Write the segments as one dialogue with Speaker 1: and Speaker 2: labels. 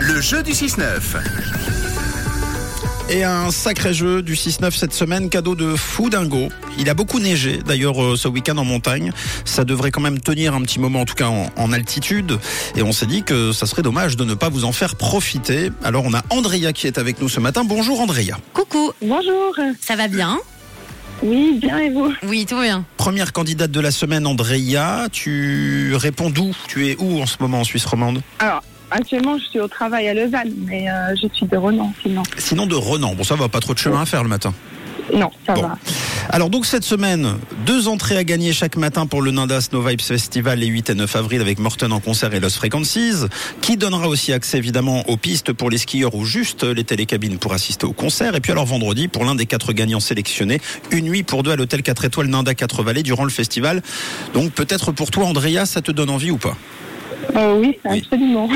Speaker 1: Le jeu du 6-9.
Speaker 2: Et un sacré jeu du 6-9 cette semaine, cadeau de fou dingo. Il a beaucoup neigé d'ailleurs euh, ce week-end en montagne. Ça devrait quand même tenir un petit moment, en tout cas en, en altitude. Et on s'est dit que ça serait dommage de ne pas vous en faire profiter. Alors on a Andrea qui est avec nous ce matin. Bonjour Andrea.
Speaker 3: Coucou,
Speaker 4: Bonjour.
Speaker 3: ça va bien
Speaker 4: Oui, bien et vous
Speaker 3: Oui, tout va bien.
Speaker 2: Première candidate de la semaine, Andrea. Tu réponds d'où Tu es où en ce moment en Suisse romande
Speaker 4: Alors, actuellement, je suis au travail à Lausanne, mais euh, je suis de Renan sinon.
Speaker 2: Sinon de Renan. Bon, ça va, pas trop de chemin à faire le matin.
Speaker 4: Non, ça
Speaker 2: Bon.
Speaker 4: va.
Speaker 2: Alors donc cette semaine, deux entrées à gagner chaque matin pour le Nindas No Vibes Festival les 8 et 9 avril avec Morten en concert et Los Frequencies, qui donnera aussi accès évidemment aux pistes pour les skieurs ou juste les télécabines pour assister au concert. Et puis alors vendredi, pour l'un des quatre gagnants sélectionnés, une nuit pour deux à l'hôtel 4 étoiles Ninda 4 Vallées durant le festival. Donc peut-être pour toi Andrea, ça te donne envie ou pas
Speaker 4: Euh, oui,
Speaker 2: Oui.
Speaker 4: absolument.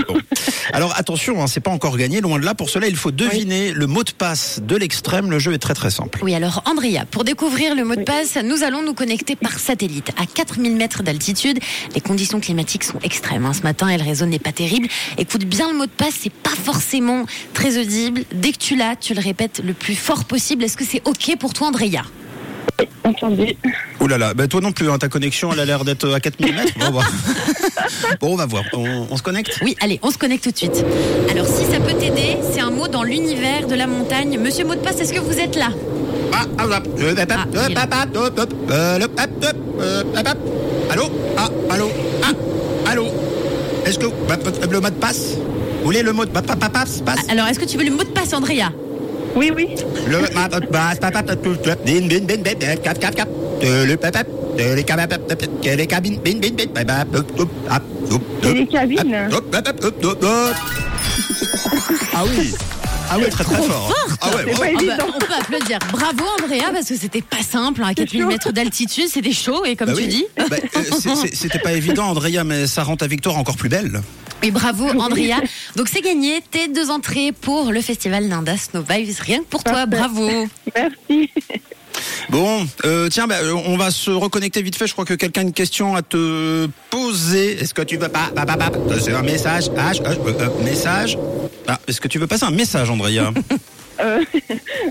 Speaker 2: Alors attention, hein, c'est pas encore gagné, loin de là. Pour cela, il faut deviner le mot de passe de l'extrême. Le jeu est très très simple.
Speaker 3: Oui, alors Andrea, pour découvrir le mot de passe, nous allons nous connecter par satellite à 4000 mètres d'altitude. Les conditions climatiques sont extrêmes. hein. Ce matin, et le réseau n'est pas terrible. Écoute bien le mot de passe, c'est pas forcément très audible. Dès que tu l'as, tu le répètes le plus fort possible. Est-ce que c'est OK pour toi, Andrea
Speaker 4: Entendu.
Speaker 2: Ouh là là, bah toi non plus, hein, ta connexion elle a l'air d'être à 4000 mètres. Bon, bah. Bon, on va voir, on, on se connecte
Speaker 3: Oui, allez, on se connecte tout de suite. Alors, si ça peut t'aider, c'est un mot dans l'univers de la montagne. Monsieur mot de passe, est-ce que vous êtes là
Speaker 2: Ah, ah, ah, euh, hop, hop,
Speaker 3: Ah, il est là.
Speaker 2: hop, hop, hop, hop, euh, hop, hop, hop, euh, hop, hop. Allô Ah, allô Ah, allô Est-ce que bah, bah, le mot de passe Vous voulez le mot de bah, bah, bah, passe, passe
Speaker 3: Alors, est-ce que tu veux le mot de passe, Andrea
Speaker 4: Oui, oui.
Speaker 2: Le bah, bah, bah, bah, bah, bah, bah, bin, bin, bin, bin, bin, cap, cap, cap. Euh, le bah, bah, euh, les cab- bah, bah, bah, euh, les cabines, bin, bin, bin, bah, bah, hop, hop, hop, hop, hop.
Speaker 4: Télécabine.
Speaker 2: Hop, hop, hop, hop, hop, hop. Ah oui Ah oui, très très fort. Ah ouais,
Speaker 4: C'est
Speaker 2: bravo.
Speaker 4: pas
Speaker 3: Ah bah,
Speaker 4: évident.
Speaker 3: on peut applaudir. Bravo Andrea parce que c'était pas simple hein, à 4000
Speaker 4: chaud.
Speaker 3: mètres d'altitude, c'était chaud et comme
Speaker 2: Bah
Speaker 3: tu
Speaker 2: oui.
Speaker 3: dis.
Speaker 2: Bah, euh, c'est- c'est- C'était pas évident, Andrea, mais ça rend ta victoire encore plus belle.
Speaker 3: Et bravo Andrea. Donc c'est gagné tes deux entrées pour le festival Ninda Snow Vibes. Rien que pour toi,
Speaker 4: Parfait.
Speaker 3: bravo.
Speaker 4: Merci.
Speaker 2: Bon, euh, tiens, bah, euh, on va se reconnecter vite fait. Je crois que quelqu'un a une question à te poser. Est-ce que tu veux pas bah, bah, bah, bah, C'est un message. Ah, je- ah, je- euh, euh, message. Ah, Est-ce que tu veux passer un message, Andrea
Speaker 4: Euh,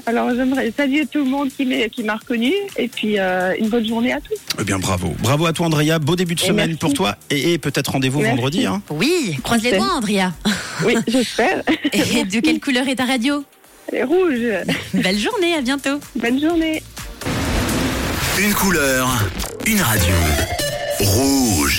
Speaker 4: alors, j'aimerais saluer tout le monde qui m'est- qui m'a reconnu et puis euh, une bonne journée à tous.
Speaker 2: Eh bien, bravo. Bravo à toi, Andrea. Beau début de
Speaker 4: Et
Speaker 2: semaine
Speaker 4: merci.
Speaker 2: pour toi. Et, et peut-être rendez-vous
Speaker 4: Merci.
Speaker 2: vendredi. Hein.
Speaker 3: Oui, croise les
Speaker 4: Parfait.
Speaker 3: doigts Andrea.
Speaker 4: Oui, j'espère.
Speaker 3: Et de quelle couleur est ta radio
Speaker 4: Les rouges.
Speaker 3: Belle journée, à bientôt.
Speaker 4: Bonne journée.
Speaker 1: Une couleur, une radio. Rouge.